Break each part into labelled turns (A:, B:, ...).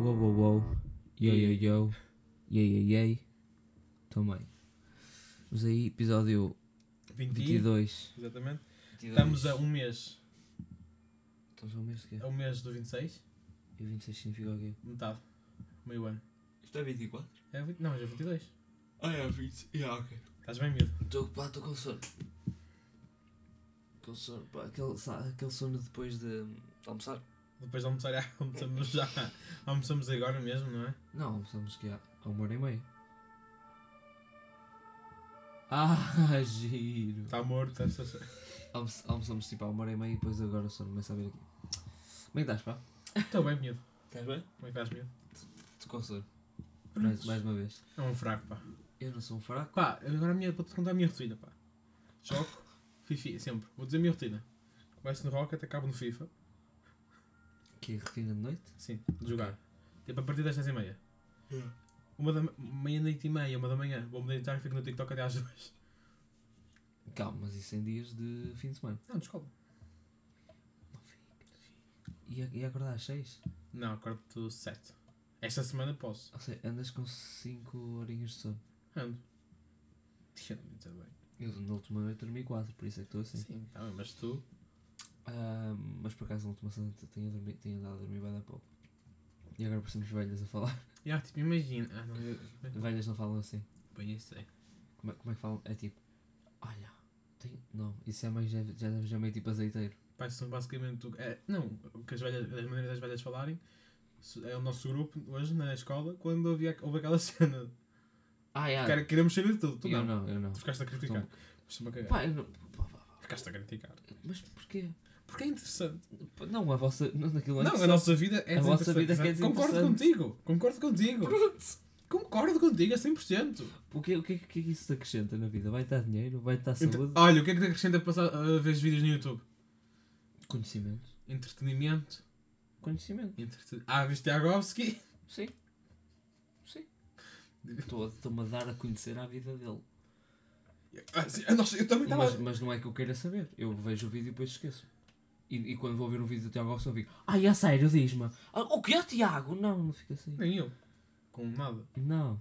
A: Uou, uou, uou. Yo, yo, yo. Yei, yei, yei. Também. Vamos aí, episódio
B: 20,
A: 22.
B: Exatamente. Estamos a um mês.
A: Estamos ao Então, mês de quê?
B: É um mês do 26?
A: E 26 significa o quê?
B: Metade. Meio ano.
C: Isto é 24?
B: É, vinte- não, já é 22.
C: Ah, é 20. Yeah, ok.
B: Estás bem, miúdo.
A: Estou pá, estou com sono. Com sono, pá. Aquele, sa- aquele sono depois de hum, almoçar.
B: Depois de almoçar, já almoçamos já. Almoçamos agora mesmo, não é?
A: Não, almoçamos que há há uma hora e meia. Ah, giro.
B: Está morto. Tá, tá, tá.
A: Almoç- Almoçamos tipo há uma hora e meia e depois agora o sono começa a vir aqui. Como é que estás, pá?
B: Estou bem, miúdo.
C: Estás bem?
B: Como é que estás, miúdo?
A: Estou com sono. Mais, mais uma vez.
B: É um fraco, pá.
A: Eu não sou um fraco.
B: Pá, agora a minha, vou-te contar a minha rotina, pá. Jogo, Fifi, sempre. Vou dizer a minha rotina. Começo no Rocket, acabo no FIFA.
A: Que é rotina de noite?
B: Sim, de jogar. Tipo, a partir das 10 e meia.
C: Yeah.
B: Uma da ma- meia-noite e meia, uma da manhã, vou-me deitar e fico no TikTok até às duas.
A: Calma, mas isso em dias de fim de semana.
B: Não, desculpa.
A: E, a- e acordar às seis?
B: Não, acordo 7. Esta semana posso.
A: Ou seja, andas com cinco horinhas de sono.
B: Ando. Geralmente é bem.
A: Eu na última noite dormi quatro, por isso é que estou assim.
B: Sim, tá bem, mas tu.
A: Ah, mas por acaso na última semana tenho, dormi- tenho andado a dormir bem da pouco. E agora parecemos velhas a falar.
B: Já, tipo, imagina. Ah, não, eu.
A: Velhas não falam assim.
B: Bem, isso é.
A: Como é, como é que falam? É tipo, olha, tem... não, isso é mais, já, já, já é meio tipo azeiteiro.
B: Pai, são basicamente. tu- É, não, o que as, velhas, as maneiras das velhas falarem. se- É o nosso grupo hoje na escola. Quando houve, a- houve aquela cena.
A: Ah, é.
B: Cara, queremos saber de tudo. Tu
A: eu
B: não.
A: não, eu não.
B: Tu ficaste a criticar. Estou-me a cagar.
A: Pá, eu não. pá, pá, pá.
B: Ficaste a criticar.
A: Mas porquê?
B: Porque é interessante.
A: Pá, Não, a vossa. Não, naquilo é
B: Não, a
A: interessante.
B: nossa vida é
A: A vossa vida
B: desinteressante.
A: é que é
B: Concordo
A: desinteressante.
B: contigo. Concordo contigo. Concordo contigo a 100%.
A: O que, o que, é que- o que é que isso te acrescenta na vida? Vai dar dinheiro? Vai dar
B: Ent-
A: saúde?
B: Olha, o que é que te acrescenta passar a ver vídeos no YouTube?
A: Conhecimento?
B: Entretenimento.
A: Conhecimento.
B: Entreten... Ah, viste Tiagovski?
A: Sim. Sim. Estou- Estou-me a dar a conhecer a vida dele.
B: Ah, sim, ah, nossa, eu também estava.
A: Mas, mas não é que eu queira saber. Eu vejo o vídeo e depois esqueço. E, e quando vou ver um vídeo do Tiago Alves, eu fico, ai, a sério, diz-me. Ah, o que é, Tiago? Não, não fica assim.
B: Nem eu. Com nada.
A: Não.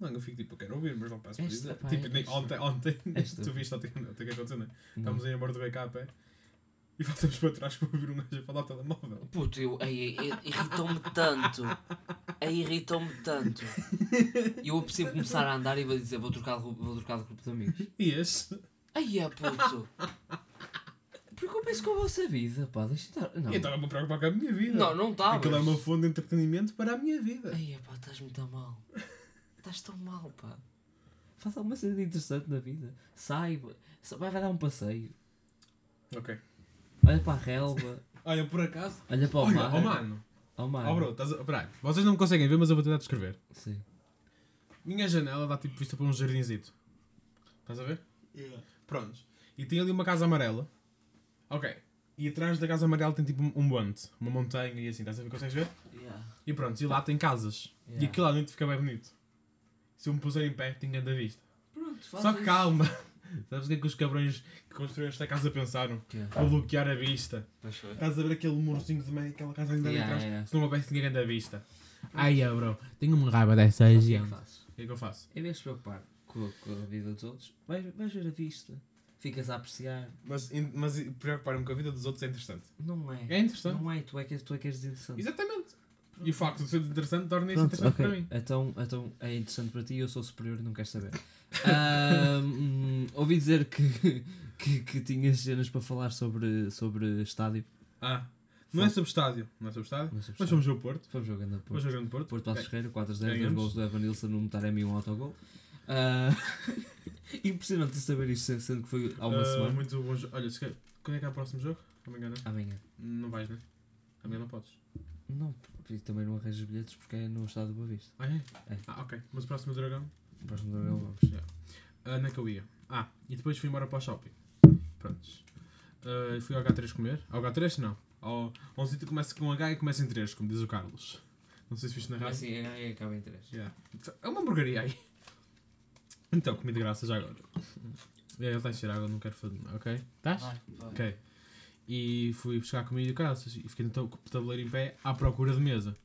B: Não, eu fico tipo, eu quero ouvir, mas não peço
A: Esta,
B: para dizer.
A: pá,
B: tipo, nem-
A: esta.
B: ontem, ontem
A: Esta.
B: tu viste ontem, ontem o que aconteceu, não é?
A: não.
B: Estamos a ir embora do BK e voltamos para trás para ouvir um gajo a falar ao telemóvel.
D: Puto, eu,
A: é,
D: ai, ai, ai, irritam-me tanto. Ai, irritam-me tanto.
A: Eu vou sempre começar a andar e vou dizer, vou trocar de, ru- vou trocar de grupo de amigos.
B: E este?
D: Ai, é puto.
A: Preocupem-se com a vossa vida, pá, deixa estar. Não,
B: Eu estava a me preocupar é com a minha vida.
A: não, não está.
B: Então, Aquilo é uma fonte de entretenimento para a minha vida.
D: Ai, é pá, estás-me tão mal.
A: Estás tão mal, pá. Faz alguma coisa de interessante na vida. Sai, vai- vai dar um passeio.
B: Ok.
A: Olha para a relva,
B: Olha, por acaso.
A: olha para o
B: Olha,
A: mar.
B: oh mano.
A: Ao mar.
B: Oh bro, estás a. Peraí, vocês não me conseguem ver, mas eu vou tentar descrever.
A: Sim.
B: Minha janela dá tipo vista para um jardinzito. Estás a ver?
C: Yeah.
B: Prontos. E tem ali uma casa amarela. Ok. E atrás da casa amarela tem tipo um monte, uma montanha e assim, estás a ver? Consegues ver?
D: Yeah.
B: E pronto, e lá tem casas. E
A: Yeah.
B: aquilo à noite fica bem bonito. Se eu me puser em pé, tenho grande vista.
A: Pronto,
B: Só que calma. Sabes o que é que os cabrões que construíram esta casa pensaram?
A: Que é?
B: Vou bloquear a vista.
D: Pois foi.
B: Estás a ver aquele murozinho de meio, aquela casa ainda ali
A: Yeah,
B: atrás?
A: yeah.
B: Se não houvesse ninguém grande vista. Ai, é, bro. Tenho uma raiva dessa região. O
A: fazes?
B: que é que eu faço?
A: Em vez de se preocupar com, com a vida dos outros, vais, vais ver a vista. Ficas a apreciar.
B: Mas, mas preocupar-me com a vida dos outros é interessante.
A: Não é.
B: É interessante.
A: Não é, tu é que, tu é que és desinteressante.
B: Exatamente. E o facto de ser interessante torna isso
A: Pronto,
B: interessante
A: ok.
B: para mim.
A: Então, então é interessante para ti, eu sou superior e não queres saber. Ah, hum, ouvi dizer que, que, que tinhas cenas para falar sobre, sobre estádio.
B: Ah, não é sobre estádio. Não é sobre estádio.
A: Não é sobre
B: Mas
A: estádio.
B: fomos ao Porto.
A: Fomos jogando a
B: Fomos
A: Porto.
B: ao Grande Porto.
A: Porto Passos
B: É,
A: Ferreira, 4-0, dois
B: Ganhamos.
A: gols do Evan Nilsson, no Taremi, um autogol. Ah, impressionante saber isto, sendo que foi há uma
B: ah,
A: semana.
B: Muito bom jogo. Olha, se quer- quando é que é o próximo jogo? Amanhã não?
A: Amanhã.
B: Não vais, né? Amanhã não podes.
A: Não, e também não arranjas bilhetes porque é no estado de Boa Vista.
B: Ah, é?
A: É.
B: Ah, ok. Mas o próximo é o Dragão?
A: O Próximo Dragão vamos.
B: Ah, na que eu ia. Ah, e depois fui embora para o shopping. Prontos. Ah, fui ao H3 comer. Ao H3 não. Ao, ao sítio que começa com H e começa em 3, como diz o Carlos. Não sei se viste na rádio.
A: Mas sim, é, é, acaba em 3.
B: Yeah. É uma hamburgueria aí. Então, comi de graça já agora. É, ele está a encher água, não quero fazer. Ok? Estás?
D: Vai, vai.
B: Ok. então E fui buscar comida e graças. E fiquei no tab- com o tabuleiro em pé à procura de mesa.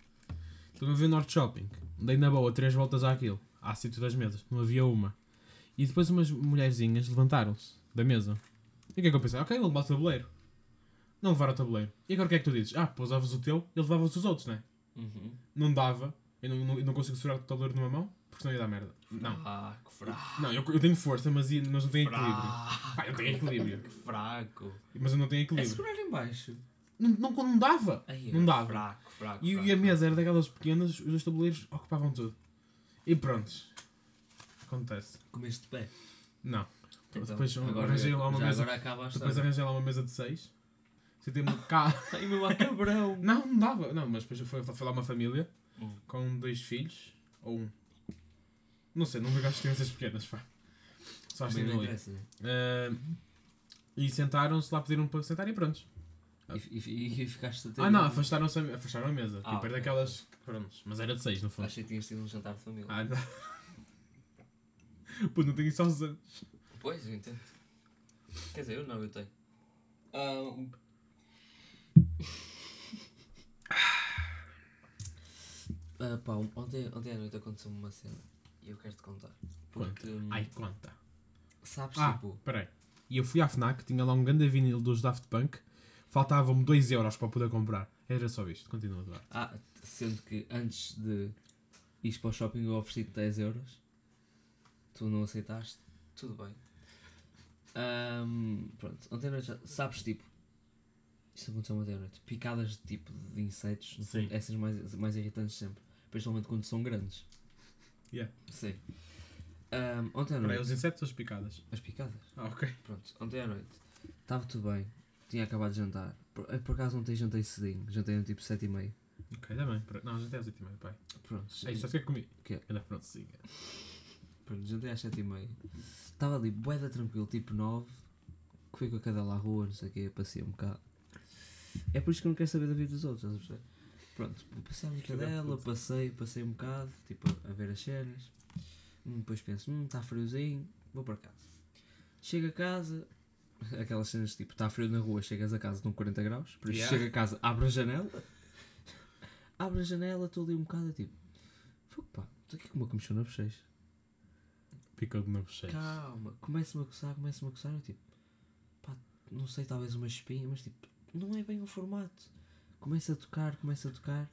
B: Então eu vi o Norte Shopping. Dei na boa três voltas àquilo. À sítio das mesas. Não havia uma. E depois umas mulherzinhas levantaram-se da mesa. E o que é que eu pensei? Ok, vou levar o tabuleiro. Não levaram o tabuleiro. E agora o que é que tu dizes? Ah, pousavas o teu e levavas os outros, né?
D: Uhum.
B: Não dava. Eu não, não, eu não consigo segurar o tabuleiro numa mão porque senão ia dar merda. Não.
D: Fraco, Ah, fraco.
B: Não, eu, eu tenho força, mas, e- mas não tenho equilíbrio.
D: Fraco.
B: Pá, eu tenho equilíbrio.
D: Fraco.
B: Mas eu não tenho
D: É
B: equilíbrio.
D: segurar em baixo.
B: Não, não, não dava.
D: Ai,
B: Não
D: é
B: dava.
D: Fraco, fraco.
B: E, e a
D: fraco.
B: mesa era daquelas pequenas, os dois tabuleiros ocupavam tudo. E pronto. Acontece.
A: Comeste pé.
B: Não.
D: Então,
B: depois eu
D: agora-
B: arranjei lá uma
D: já
B: mesa.
D: Agora acaba a
B: Depois
D: história.
B: arranjei lá uma mesa de seis. Sentei-me cá.
D: Ai, meu ah, cabrão.
B: Não, não dava. Não, mas depois foi, foi lá uma família
D: Hum.
B: com dois filhos. Ou um. Não sei, não vejo as crianças pequenas, pá. Só as
A: Também
B: tinham
A: não
B: ali.
A: interessa, né?
D: é.
B: Ah, e sentaram-se lá, pediram para sentar e pronto.
A: E, e, e ficaste até.
B: Ah não, afastaram-se a, afastaram a mesa.
D: Ah,
B: tipo, era
D: ok.
B: daquelas. Pronto, mas era de seis no fundo.
D: Achei que tinhas tido um jantar de família.
B: Ah, não. Pô, não tenho isso aos anos.
D: Pois, eu entendo. Quer dizer, eu não, eu tenho. Ah, um- Ah, pá, um- ontem, ontem à noite aconteceu-me uma cena e eu quero te contar. Porque hum,
B: Ai, conta.
D: sabes,
B: Ah,
D: tipo,
B: peraí. E eu fui à Fnac, tinha lá um grande vinil dos Daft Punk. Faltavam-me 2€ euros para poder comprar. Era só isto, continua Eduardo.
A: Ah, sendo que antes de ir para o shopping eu ofereci-te 10 euros, tu não aceitaste.
D: tudo bem.
A: Ahm, pronto, ontem à noite, já- sabes, tipo, isto aconteceu ontem à noite, picadas de tipo de insetos,
B: Sim.
A: essas mais, mais irritantes sempre, principalmente quando são grandes.
B: Yeah.
A: Sim. Ahm, ontem à
B: Peraí,
A: noite,
B: os insetos ou as picadas?
A: as picadas.
B: Ah, ok.
A: Pronto, ontem à noite estava tudo bem, tinha acabado de jantar. Por, eh, por acaso ontem jantei cedinho, jantei tipo 7 e meio.
B: Ok, está bem. peraí. Não, já até às 8 h pai.
A: Pronto,
B: É isto, sabes o que é que comi?
A: Quê?
B: Era francesinha.
A: Pronto, jantei às 7 e meia. Estava ali, boeda tranquilo, tipo 9. Fui com a cadela à rua, não sei o quê, passei um bocado. É por isso que eu não quero saber da vida dos outros, estás a perceber? Pronto, passei a minha
B: Filha da
A: cadela,
B: puta.
A: passei, passei um bocado, tipo, a ver as cenas. Hum, Depois penso, hum, está friozinho, vou para casa. Chego a casa, aquelas cenas tipo, está frio na rua, chegas a casa, estão 40 graus, por isso
B: Yeah.
A: chego a casa, abro a janela. Abro a janela, estou ali um bocado, tipo, fogo pá, estou aqui com uma comichão na bochecha.
B: Picou de novo cheio.
A: Calma, começa-me a coçar, começa-me a coçar, eu tipo, pá, não sei, talvez uma espinha, mas tipo, não é bem o formato. Começa a tocar, começa a tocar.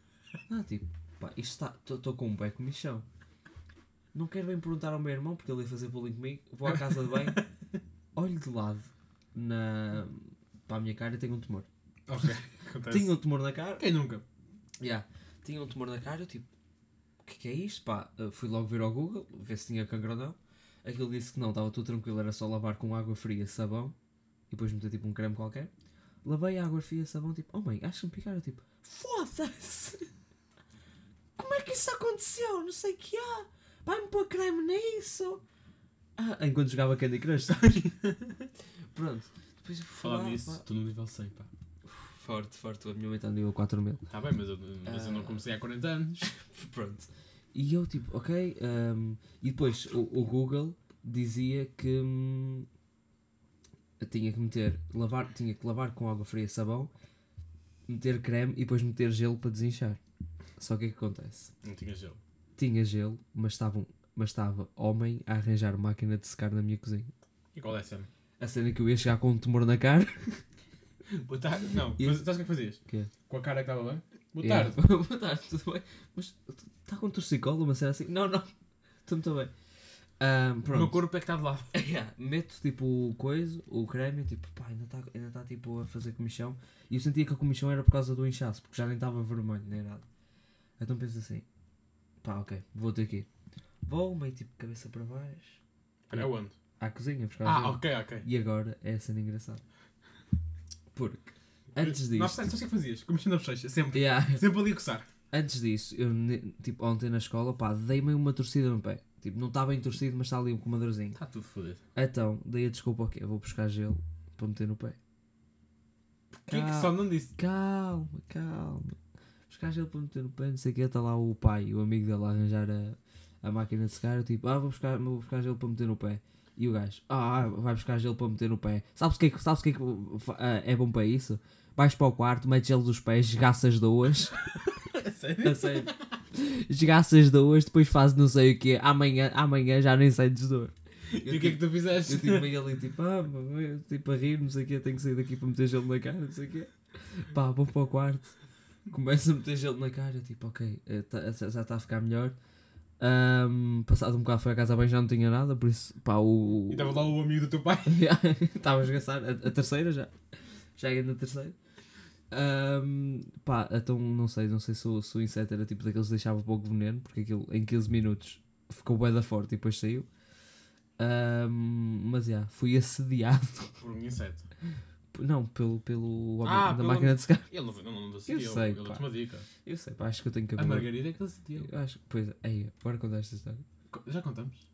A: Ah, tipo, pá, isto está, estou com um pé com michão. Não quero bem perguntar ao meu irmão, porque ele ia fazer bullying comigo, vou à casa de bem, olho de lado na, para a minha cara e tenho um tumor.
B: Ok, acontece.
A: Tinha um tumor na cara,
B: Quem nunca?
A: Yeah. Tinha um tumor na cara, eu tipo, o que, que é isto? Pá, Uh, fui logo ver ao Google, ver se tinha cancro ou não. Aquilo disse que não, estava tudo tranquilo, era só lavar com água fria, sabão e depois meter tipo um creme qualquer. Lavei a água fria, sabão, tipo, oh mãe, acho que me picaram, Eu, tipo, foda-se! Como é que isso aconteceu? Não sei o que há! Vai-me pôr creme nisso! Ah, enquanto jogava Candy Crush, sabes? Pronto, depois eu fui
B: Falar
A: lá,
B: disso,
A: pá.
B: estou no nível 100, pá.
D: Forte, forte.
A: A minha mãe está no nível 4000.
B: Está Tá bem, mas eu, mas eu não
A: Ah.
B: comecei há 40 anos.
D: Pronto.
A: E eu, tipo, ok. hum, e depois o, o Google dizia que hum, eu tinha que meter, lavar, tinha que lavar com água fria e sabão, meter creme e depois meter gelo para desinchar. Só que o que é que acontece?
B: Não tinha gelo.
A: Tinha gelo, mas estava, um- mas estava homem a arranjar máquina de secar na minha cozinha.
B: E qual é a cena?
A: A cena que eu ia chegar com um tumor na cara.
B: Boa tarde. Não,
A: E-
B: mas sabes o que é que fazias?
A: Quê?
B: Com a cara que estava bem? Boa
A: Yeah.
B: tarde.
A: Boa tarde, tudo bem? Mas está com torcicolo, uma cena assim? Não, não, estou muito bem. Hum,
B: O meu
A: pronto.
B: corpo é que está de lado.
D: Yeah.
A: meto tipo o coisa, o creme, e, tipo, pá, ainda está ainda tá, tipo a fazer comichão. E eu sentia que a comichão era por causa do inchaço, porque já nem estava vermelho nem nada. Então penso assim, pá, ok, vou ter que ir. Vou, meio tipo cabeça para baixo,
B: Para É onde?
A: à cozinha, buscar
B: Ah,
A: gelo.
B: ok, ok.
A: E agora é a cena engraçada. Porque antes disso.
B: Nossa, sabes o que é que fazias? Como mexendo a bochecha, sempre.
A: Yeah.
B: Sempre ali a coçar.
A: Antes disso, eu, ne- tipo, ontem na escola, pá, dei-me uma torcida no pé. Tipo, não está bem torcido, mas está ali com uma dorzinha.
B: Está Tá tudo fodido.
A: Então, dei a desculpa, ok, eu vou buscar gelo para meter no pé.
B: Quem é que só não disse?
A: calma, calma. Os caras ele para meter no pé, não sei o que, está lá o pai, o amigo dele a arranjar a, a máquina de secar, eu tipo, ah, vou buscar, vou buscar gelo para meter no pé. E o gajo, ah, ah, vai buscar gelo para meter no pé. Sabes o que, é que- sabes o que é que fa- ah, é bom para isso? Vais para o quarto, metes gelo dos pés, gaças duas.
B: É sério?
A: A sério. Esgaças de hoje, depois fazes não sei o quê. Amanhã, amanhã já nem sentes dor.
B: E o que é que tu fizeste?
A: Eu tive meio ali tipo, ah, mamãe, tipo a rir, não sei o quê, tenho que sair daqui para meter gelo na cara, não sei o quê. Pá, vou para o quarto. Começo a meter gelo na cara, tipo, ok, eh, tá- já já está a ficar melhor. Ahm, passado um bocado foi a casa bem, já não tinha nada, por isso, pá, o.
B: E estava lá o amigo do teu pai.
A: Estava a esgaçar, a, a terceira já. Já ia na terceira. Ahm, pá, então não sei, não sei se o, se o inseto era tipo daqueles que deixava pouco veneno, porque aquilo em 15 minutos ficou bué da forte e depois saiu. Ahm, mas já, fui assediado.
B: Por um inseto.
A: Não, pelo, pelo homem
B: Ah,
A: da
B: pelo-
A: máquina de secar.
B: Ele não, não, não
A: Eu
B: decidiu,
A: sei,
B: ele
A: pá.
B: deu-te uma dica.
A: Eu sei, pá, acho que eu tenho
B: A
A: cabelo.
B: Margarida é que decidiu.
A: Eu acho, pois, aí, agora contar esta história.
B: Co- Já contamos?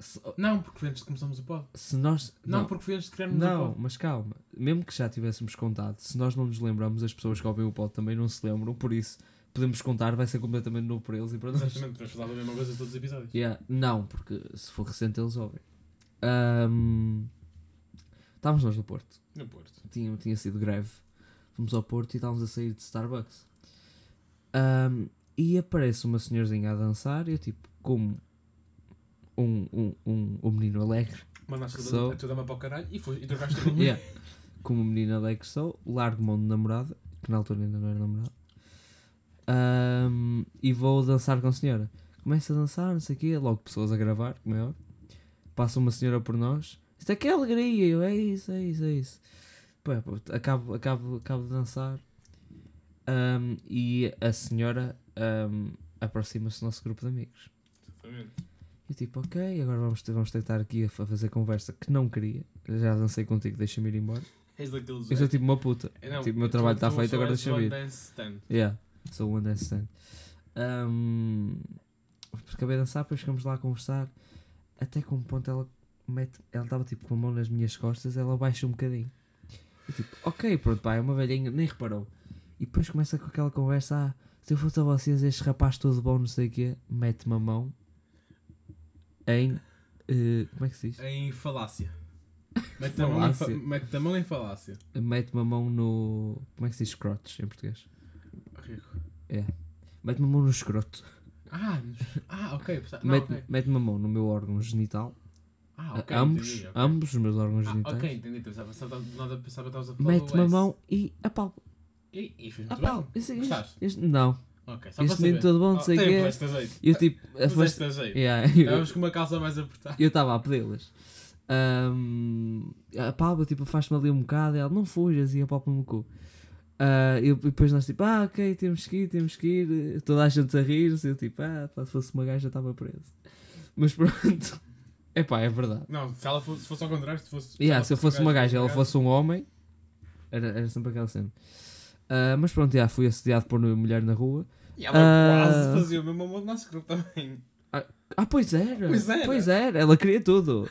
A: Se,
B: Não, porque foi antes de começarmos o pod.
A: se nós.
B: Não, porque foi antes de criarmos o
A: Não,
B: pod.
A: mas calma, mesmo que já tivéssemos contado, se nós não nos lembramos, as pessoas que ouvem o pod também não se lembram, por isso podemos contar, vai ser completamente novo para eles e para nós.
B: Exatamente, nós falávamos a mesma coisa em todos os episódios.
A: Yeah, Não, porque se for recente eles ouvem. Ahm, estávamos nós no Porto,
B: No Porto.
A: tinha, tinha sido greve, fomos ao Porto e estávamos a sair de Starbucks. Ahm, e aparece uma senhorzinha a dançar, eu tipo, como um, um, um, um menino alegre.
B: Mandaste
A: Sou.
B: a tua dama para o caralho e, foi, e trocaste com
A: Yeah. Como menina alegre sou, largo mão de namorada, que na altura ainda não era namorada, ahm, e vou dançar com a senhora. Começo a dançar, não sei o quê, logo pessoas a gravar, como é óbvio. Passa uma senhora por nós, isto é que é alegria, eu, é isso, é isso, é isso. Pô, é, pô, acabo, acabo, acabo de dançar ahm, e a senhora ahm, aproxima-se do nosso grupo de amigos.
B: Exatamente.
A: E tipo, ok, agora vamos, vamos tentar aqui a fa- fazer conversa que não queria. Já dancei contigo, deixa-me ir embora.
B: És daqueles.
A: Eu sou tipo uma puta.
B: É, não,
A: tipo, o meu
B: tu-
A: trabalho
B: tu
A: está feito,
B: só
A: agora
B: és
A: deixa-me
B: one
A: ir.
B: dance stand.
A: Yeah, sou one dance stand. Um, acabei de dançar, depois ficamos lá a conversar. Até com um ponto ela mete, ela estava tipo com a mão nas minhas costas, ela baixa um bocadinho. Eu tipo, ok, pronto, pá, é uma velhinha, nem reparou. E depois começa com aquela conversa, ah, se eu fosse a vocês, este rapaz todo bom, não sei o quê, mete-me a mão em. eh, como é que se diz?
B: Em falácia. Mete-te a mão em fa-
A: Falácia.
B: Mete-te a mão em falácia.
A: Mete-me a mão no. Como é que se diz crotch em português?
B: Rico.
A: Mete-me a mão no escroto.
B: Ah, nos- ah, ok. perce- Não,
A: Mete-
B: ok.
A: Mete-me a mão no meu órgão genital.
B: Ah, ok.
A: A- ambos,
B: entendi, ok.
A: ambos os meus órgãos
B: Ah,
A: genitais.
B: ok, entendi. Pensava pensava- nada- pensava que estavas a falar do
A: Mete-me a
B: S.
A: mão e apalpo.
B: E, e fez muito
A: Apalpo.
B: bem.
A: Isso- isso-
B: Gostaste?
A: isso- Não.
B: Ok, só para
A: Este menino
B: saber.
A: todo bom, não
B: Oh,
A: sei o
B: tem
A: quê.
B: puseste a jeito.
A: Eu tipo.
B: Puseste
A: afasto-
B: a jeito.
A: Yeah, eu-
B: Estávamos com uma calça mais apertada.
A: Eu estava a pedi-las. Ahm, a palpa, tipo, faz-me ali um bocado. Ela, não fujas, e apalpa-me o cu. Ah, eu- e depois nós, tipo, ah, ok, temos que ir, temos que ir. eh, Toda a gente a rir. Eu, tipo, ah, pá, se fosse uma gaja, estava preso. Mas pronto. É pá, é verdade.
B: Não, se ela fosse, se fosse ao contrário, se fosse.
A: Yeah,
B: ela
A: se eu fosse
B: um
A: uma
B: gajo,
A: gaja e ela fosse um homem, era, era sempre aquela cena. Ah, mas pronto, já fui assediado por uma mulher na rua.
B: E ela
A: Ah.
B: quase fazia o mesmo amor do nosso grupo também.
A: Ah, pois era!
B: Pois era.
A: era, ela queria tudo.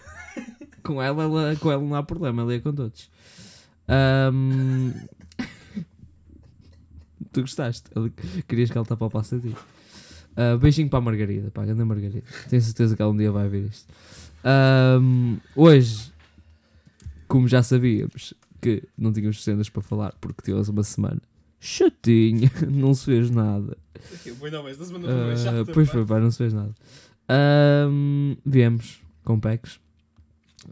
A: com, ela, ela, com ela não há problema, ela ia com todos. Ahm, tu gostaste? Ela- querias que ela tapasse para o passadinho. Ah, beijinho para a Margarida, para a grande Margarida. Tenho certeza que ela um dia vai ver isto. Ahm, hoje, como já sabíamos que não tínhamos cenas para falar porque tivemos uma semana chatinha, não se fez nada.
B: Eu vou não, mas esta semana
A: Ah,
B: foi bem chata.
A: pois
B: pá.
A: foi, pá, não se fez nada. Ahm, viemos com packs.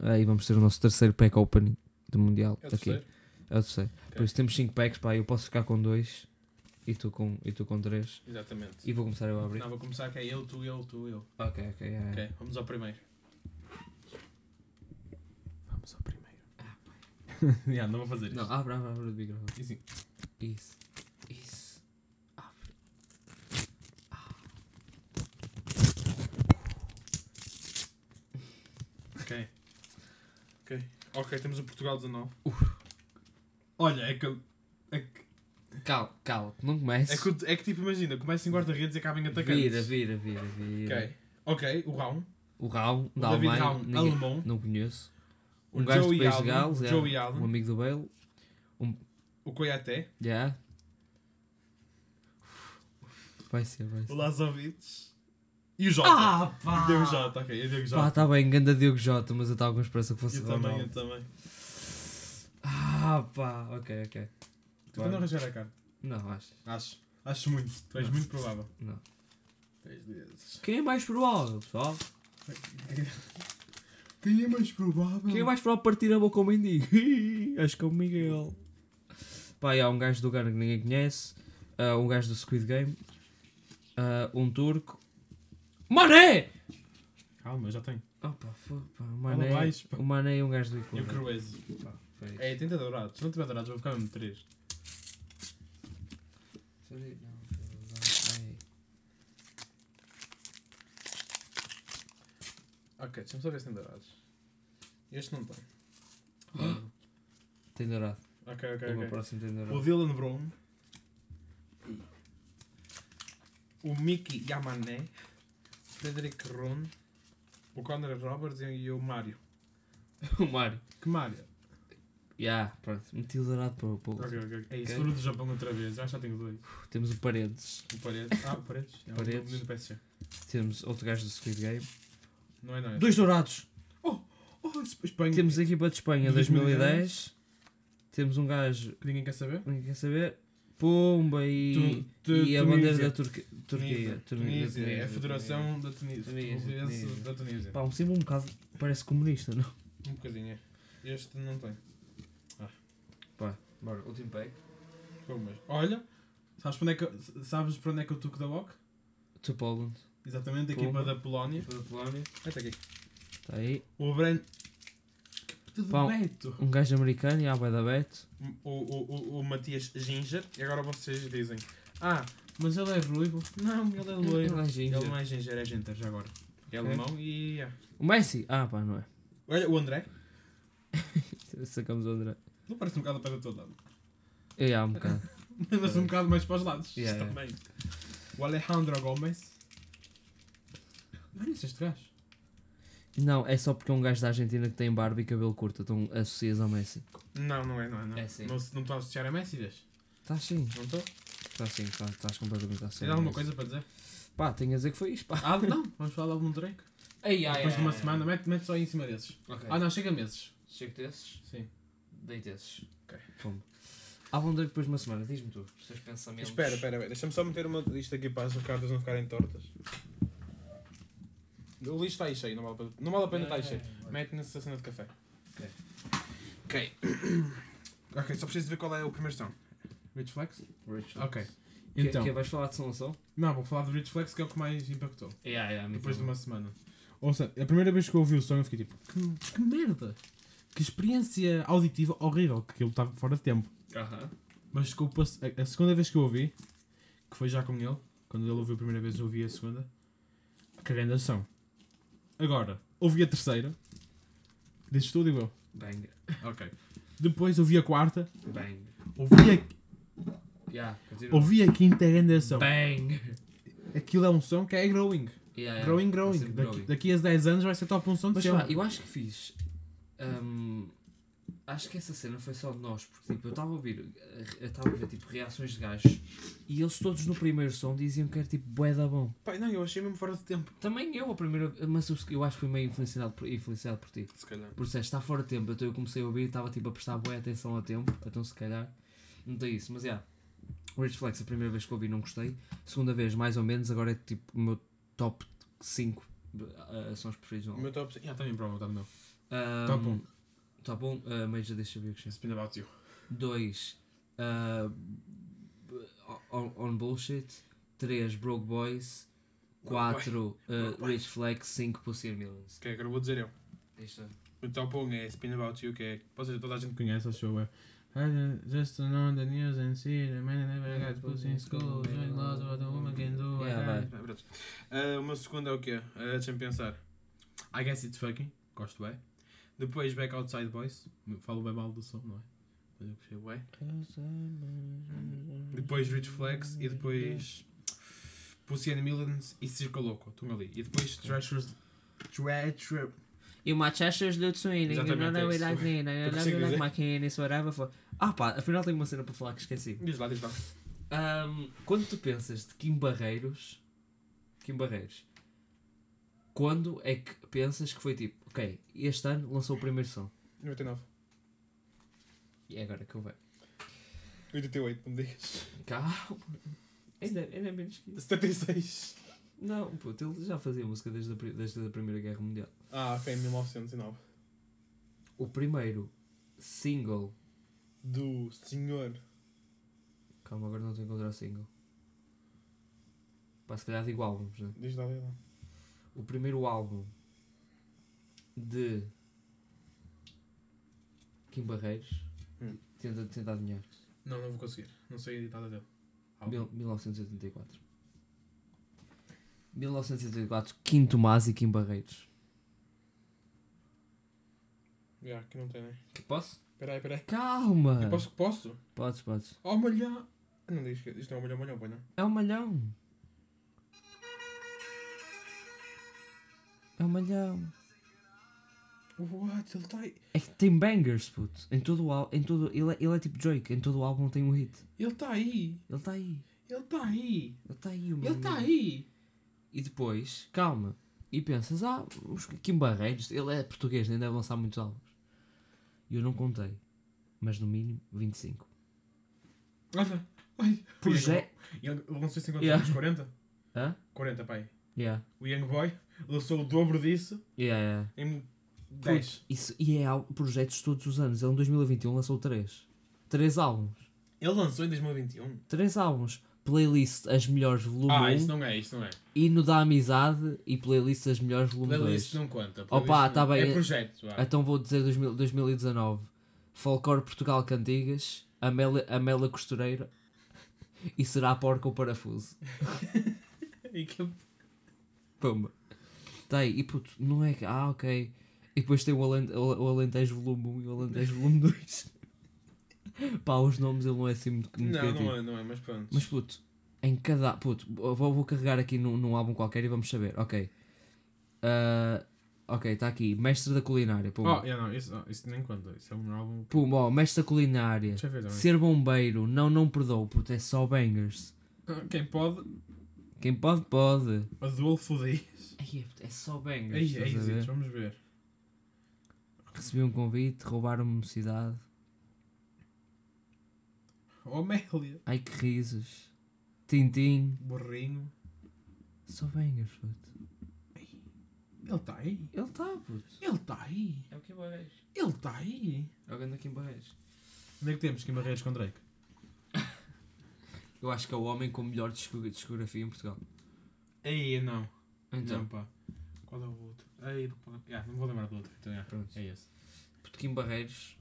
A: Aí vamos ter o nosso terceiro pack opening do Mundial.
B: É o
A: Tá aqui.
B: terceiro.
A: É o terceiro. Por isso temos 5 packs, pá, eu posso ficar com 2 e tu com 3. Com três.
B: Exatamente.
A: e vou começar eu a abrir.
B: Não, vou começar que é eu, tu, eu, tu, eu.
A: Ok, ok, é.
B: Ok, vamos ao primeiro. Vamos ao primeiro. Ah, pai. yeah, não vou fazer isso.
A: Não, abre, abre, abre o microfone.
B: E sim.
A: Isso. Isso. Abre.
B: Ok. Ok. Ok, temos o Portugal 19. Olha, é que. É que,
A: Cala, cala, não
B: é
A: comeces.
B: que, o- é que, tipo, imagina, começa em guarda-redes e acaba em atacantes.
A: vira, vira, vira, vira.
B: Ok. Ok, o Raum.
A: O Raul,
B: O
A: da
B: David
A: Alemanha.
B: Raum,
A: ninguém-
B: alemão.
A: Não conheço.
B: O
A: Um gajo de
B: Joey
A: País de
B: Allen,
A: Gales,
B: o
A: é,
B: Joey Allen.
A: um amigo do Bale.
B: O Coyote.
A: Já. Vai ser, vai
B: O
A: ser.
B: Lazovic. E o Jota. O Diogo Jota, ok. É o Diogo
A: Ah, Pá,
B: Jota.
A: tá bem, ganda Diogo Jota, mas eu estava com esperança que fosse
B: eu também, eu
A: Ronaldo.
B: também.
A: Ah, pá, ok, ok.
B: Tu não arranjar a cara.
A: Não, acho.
B: Acho. Acho muito. Tu és
A: Não.
B: muito provável.
A: Não.
B: Três vezes.
A: Quem é mais provável, pessoal?
B: Quem é mais provável?
A: Quem é mais provável partir a boca ao mendigo? Acho que é o Miguel. Pá, e há um gajo do Gana que ninguém conhece, ah, um gajo do Squid Game, ah, um turco. Mané!
B: Calma, eu já tenho.
A: Opa, fogo, pá, o
B: Fala
A: Mané.
B: mais. pá.
A: O Mané e um gajo do
B: E o
A: Equador.
B: Cruese.
A: Pá, foi isso.
B: É, tenta dourados. Se não tiver dourados, vou ficar mesmo três.
A: Sorry, não, não, não, ei.
B: Ok, deixa-me só ver se tem dourados. Este não tem.
A: Tem dourado.
B: Ok, ok,
A: O meu
B: ok.
A: próximo tem
B: O
A: dourado.
B: Dylan Brown. O Mickey Yamané. Frederick Ron. O Conor Roberts e o Mario.
A: O Mário.
B: Que Mario?
A: Ya, pronto. Meti o dourado para o povo.
B: Ok, ok. ok. É isso,
A: Ok.
B: foram do Japão outra vez. Eu acho que já tenho dois.
A: Temos o Paredes.
B: O Paredes. Ah, o Paredes. É o
A: Paredes.
B: menino do PSG.
A: Temos outro gajo do Squid Game.
B: Não é, não é?
A: Dois dourados.
B: Oh, Esp- Espanha.
A: Temos a equipa de Espanha
B: 2010.
A: 2010. Temos um gajo,
B: Que ninguém quer saber?
A: não quer saber. Pumba e,
B: Tu- tu-
A: e a
B: Tunísia.
A: bandeira da Turqui- Turquia.
B: Tunísia. Tunísia. É a
A: Tunísia,
B: Federação da Tunísia.
A: Tunísia,
B: Tunísia.
A: Tunísia.
B: Da Tunísia.
A: Tunísia. Pá, um símbolo um bocado parece comunista, não?
B: Um bocadinho. é. Este não tem.
A: Bora, último pack.
B: Pô, mas- Olha, sabes para onde é que, eu- sabes para onde é que eu toco da walk?
A: To Poland.
B: Exatamente, a
A: Puma.
B: equipa da Polónia.
A: Para a Polónia.
B: Até aqui.
A: Está Tá aí.
B: O Bran. Que de
A: Pá,
B: Beto!
A: Um gajo americano e a da Beto.
B: O, o, o, o Matias Ginger. E agora vocês dizem: Ah, mas ele é ruivo. Não, ele é loiro.
A: Ele é
B: Ele
A: ginger.
B: não é Ginger, é Ginger já agora. É
A: Ok.
B: alemão e. é.
A: O Messi? Ah, pá, não é.
B: Olha, o André.
A: Sacamos o André.
B: Não parece um bocado a pedra toda.
A: É, há um bocado.
B: Andas um bocado mais para os lados.
A: Yeah,
B: Isto também. O Alejandro Gomes. Não é este gajo?
A: Não, é só porque é um gajo da Argentina que tem barba e cabelo curto, então associas ao Messi.
B: Não, não é, não é. Não
A: É sim.
B: Não se- não estou a associar a Messi, vês?
A: Estás sim,
B: Não estou?
A: estás Tá sim, estás estás completamente a
B: Tens alguma coisa para dizer?
A: Pá, tenho a dizer que foi isto, pá.
B: Ah, não. Vamos falar de algum Drake.
A: Ai,
B: Depois de uma semana, mete, mete só aí em cima desses.
A: Ok.
B: Ah, não, chega a meses.
A: Chego desses,
B: Sim.
A: dei desses.
B: Ok.
A: Pum. Álbum Drake depois de uma semana, diz-me tu, os teus pensamentos.
B: Espera, espera, espera. Deixa-me só meter uma lista aqui para as cartas não ficarem tortas. O lixo está aí cheio, não vale a pena, não vale a pena estar aí cheio. Mete nessa cena de café.
A: Ok.
B: Ok. ok, só preciso ver qual é o primeiro som. Rich Flex?
A: Rich
B: Ok.
A: Então.
B: Então,
A: Que, vais falar de som a som?
B: não, vou falar do Rich Flex que é o que mais impactou.
A: Yeah, yeah, muito
B: Depois de
A: bom.
B: uma semana. Ou seja, a primeira vez que eu ouvi o som eu fiquei tipo, que, que merda! Que experiência auditiva horrível, que ele estava fora de tempo.
A: Aham.
B: Mas ficou pass- a, a segunda vez que eu ouvi, que foi já com ele, quando ele ouviu a primeira vez, eu ouvi a segunda. Que grande ação. Agora, ouvi a terceira. Dizes tudo igual.
A: Bang.
B: Ok. Depois ouvi a quarta.
A: Bang.
B: Ouvi a,
A: Yeah, continua.
B: ouvi a quinta é grande ação.
A: Bang.
B: Aquilo é um som que é growing.
A: Yeah, yeah. Vai
B: Growing, growing.
A: ser
B: Daqui, daqui a 10 anos vai ser top um som de
A: Mas
B: sempre.
A: pá, eu acho que fiz. hum, acho que essa cena foi só de nós, porque tipo, eu estava a ouvir, eh, eu estava a ver tipo reações de gajos e eles todos no primeiro som diziam que era tipo bué da bom.
B: Pá, não, eu achei mesmo fora de tempo.
A: Também eu a primeira, mas eu- eu acho que fui meio influenciado por, influenciado por ti.
C: Se calhar.
A: Por disseste, está fora de tempo, então eu comecei a ouvir e estava tipo a prestar boa atenção a tempo, então se calhar não tem isso, mas é. O Rich Flex, a primeira vez que ouvi, não gostei. Segunda vez, mais ou menos, agora é tipo o meu top 5 sons preferidos.
B: O
A: no
B: meu top. Yeah, também prova, tá meu.
A: álbum.
B: Top
A: Hum,
B: 1.
A: Top 1, uh, Major Distribution.
B: Spin about you.
A: 2, uh, on, on Bullshit. 3, Broke Boys. 4,
B: Broke
A: uh,
B: Boys.
A: Rich Flex. 5, Pussy and Millions.
B: Ok, agora vou dizer eu.
A: Isto.
B: O top 1 é Spin About You, que é. Vocês toda a gente conhece, acho eu. é. I Just know the news and see the man never got put in school. Doing laws what a woman can do.
A: Yeah,
B: I
A: vai.
B: guess. Pronto. Ah, o meu segundo é o quê? Ah, Deixa-me pensar. I Guess It's Fucking. Gosto bem. Depois Back Outside Boys. Falo bem mal do som, não é? Mas eu gostei bem. Depois Rich Flex e depois Pussy and Millions e Circo Loco. Estão ali. E depois Treasures. Treasure.
D: E uma chachas do swing, you
B: Exatamente,
D: know
B: é
D: that we
B: isso.
D: like me, I love
B: consigo
D: you like
B: dizer.
D: my candies, whatever for.
A: Ah pá, afinal tenho uma cena para falar que esqueci.
B: Diz lá, diz lá.
A: Ahm, quando tu pensas de Kim Barreiros. Kim Barreiros. Quando é que pensas que foi tipo, ok, este ano lançou o primeiro som?
B: 99.
A: E é agora que eu vejo.
B: 88, não me digas.
A: Calma. Ainda, ainda é menos que isso.
B: 76.
A: Não, puto, ele já fazia música desde a, pri- desde a Primeira Guerra Mundial.
B: Ah, ok, 1909.
A: O primeiro single.
B: Do senhor.
A: Calma, agora não estou a encontrar o single. Pá, se calhar digo álbuns, né?
B: Diz lá, diz lá.
A: O primeiro álbum de Kim Barreiros.
B: Hum.
A: Tenta, tenta adivinhar.
B: Não, não vou conseguir. Não sei editar dele. Álbum.
A: Mil- 1984. 1984, Kim Tomás e Kim Barreiros.
B: Já, aqui não tem, né?
A: Que posso?
B: Peraí, peraí.
A: Calma!
B: Eu posso que posso?
A: Podes, podes.
B: Oh, malhão. Não diz que. Isto não é malhão, malhão, malhão.
A: É o malhão. É o malhão.
B: What? Ele está aí.
A: É que tem bangers, puto. Em todo o álbum. Em todo, ele, é- ele é tipo Drake. Em todo o álbum tem um hit.
B: Ele está aí.
A: Ele está aí.
B: Ele está aí.
A: Ele está aí, o meu
B: Ele está
A: amigo.
B: aí.
A: E depois, calma. E pensas, ah, os Kim Barreiros, ele é português, nem deve lançar muitos álbuns. E eu não contei. Mas no mínimo 25.
B: Olha. Olha.
A: Projeto.
B: Ah, tá. Ele lançou 50
A: Yeah.
B: anos, 40?
A: Hã?
B: 40, pai.
A: Yeah.
B: O Young Boy lançou o dobro disso
A: Yeah, yeah.
B: em
A: Puto,
B: 10.
A: Isso, e é al- projetos todos os anos. Ele em 2021 lançou 3. 3 álbuns.
B: Ele lançou em 2021.
A: 3 álbuns. Playlist As Melhores Volume
B: Ah,
A: 1
B: isso não é, isso não é.
A: e no da Amizade e Playlist As Melhores Volume
B: Playlist
A: 2.
B: não conta.
A: Opa,
B: playlist
A: tá
B: não-
A: bem,
B: É
A: é-
B: projeto. vá.
A: Então vou dizer 2000 2019. Folclore Portugal Cantigas, Amélia, Amélia Costureira e Será a Porca o Parafuso.
B: E que-
A: Pumba. Tá aí. E puto, não é que... Ah, ok. E depois tem o Alente- o Alentejo Volume 1 e o Alentejo Volume 2. Pá, os nomes ele não é assim muito, muito
B: Não,
A: criativo.
B: não é, não é, mas pronto.
A: Mas puto, em cada. Puto, eu vou, vou carregar aqui num, num álbum qualquer e vamos saber. Ok. Ah, ok, está aqui. Mestre da culinária. Puma.
B: Oh, yeah, não, isso, oh, isso nem conta. Isso é um álbum.
A: Puma, ó, mestre da culinária.
B: Deixa eu ver também.
A: Ser bombeiro, não, não perdoou, puto, é só bangers.
B: Ah, Quem pode,
A: Quem pode, pode.
B: Adolfo Dias.
A: Ai, é, puto, é só
B: É
A: bangers. estás a ver?
B: isso, vamos ver.
A: Recebi um convite, roubaram-me cidade.
B: Oh, Omélia,
A: Ai que risos. Tintim.
B: Borrinho.
A: Só bangers, puto.
B: Ele está aí.
A: Ele está, puto.
B: Ele está aí.
A: É o Kim Barreiros.
B: Ele está aí.
A: É o grande Kim Barreiros.
B: Onde é que temos Kim Barreiros com Drake?
A: Eu acho que é o homem com melhor disco- discografia em Portugal.
B: Aí, não.
A: Então.
B: Não, pá. Qual é o outro? Aí, não, pode- yeah, não vou lembrar do outro. Então, yeah.
A: Pronto.
B: É esse.
A: Portuguim Barreiros,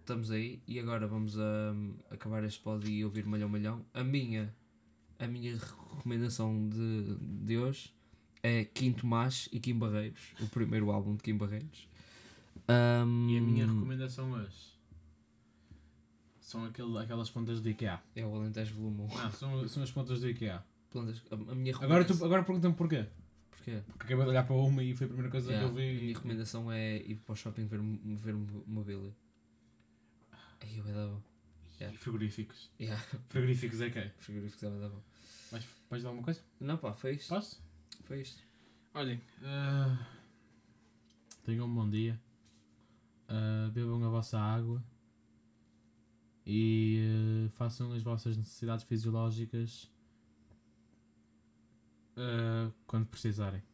A: estamos aí e agora vamos hum, acabar este pod e ouvir Malhão Malhão. A minha, a minha recomendação de, de hoje é Kim Tomás e Kim Barreiros, o primeiro álbum de Kim Barreiros. Hum,
B: E a minha recomendação hoje são aquele, aquelas pontas do IKEA.
A: É o Alentejo Volume 1.
B: Ah, são, são as pontas do IKEA.
A: Plantas- a, a minha
B: Agora, tu,
A: recomendação-
B: agora perguntam-me porquê.
A: Porquê?
B: Porque acabei de olhar para uma e foi a primeira coisa
A: Yeah,
B: que eu vi.
A: é, A minha recomendação é ir para o shopping ver, mo- ver mo- mobília. Aí eu dava.
B: E frigoríficos.
A: Yeah,
B: Frigoríficos é quê?
A: frigoríficos vai dar bom.
B: Mas vais dar alguma coisa?
A: Não pá, foi isto.
B: Posso?
A: Foi isto.
B: Olhem. ah, tenham um bom dia. Ah, bebam a vossa água. E ah, façam as vossas necessidades fisiológicas ah, quando precisarem.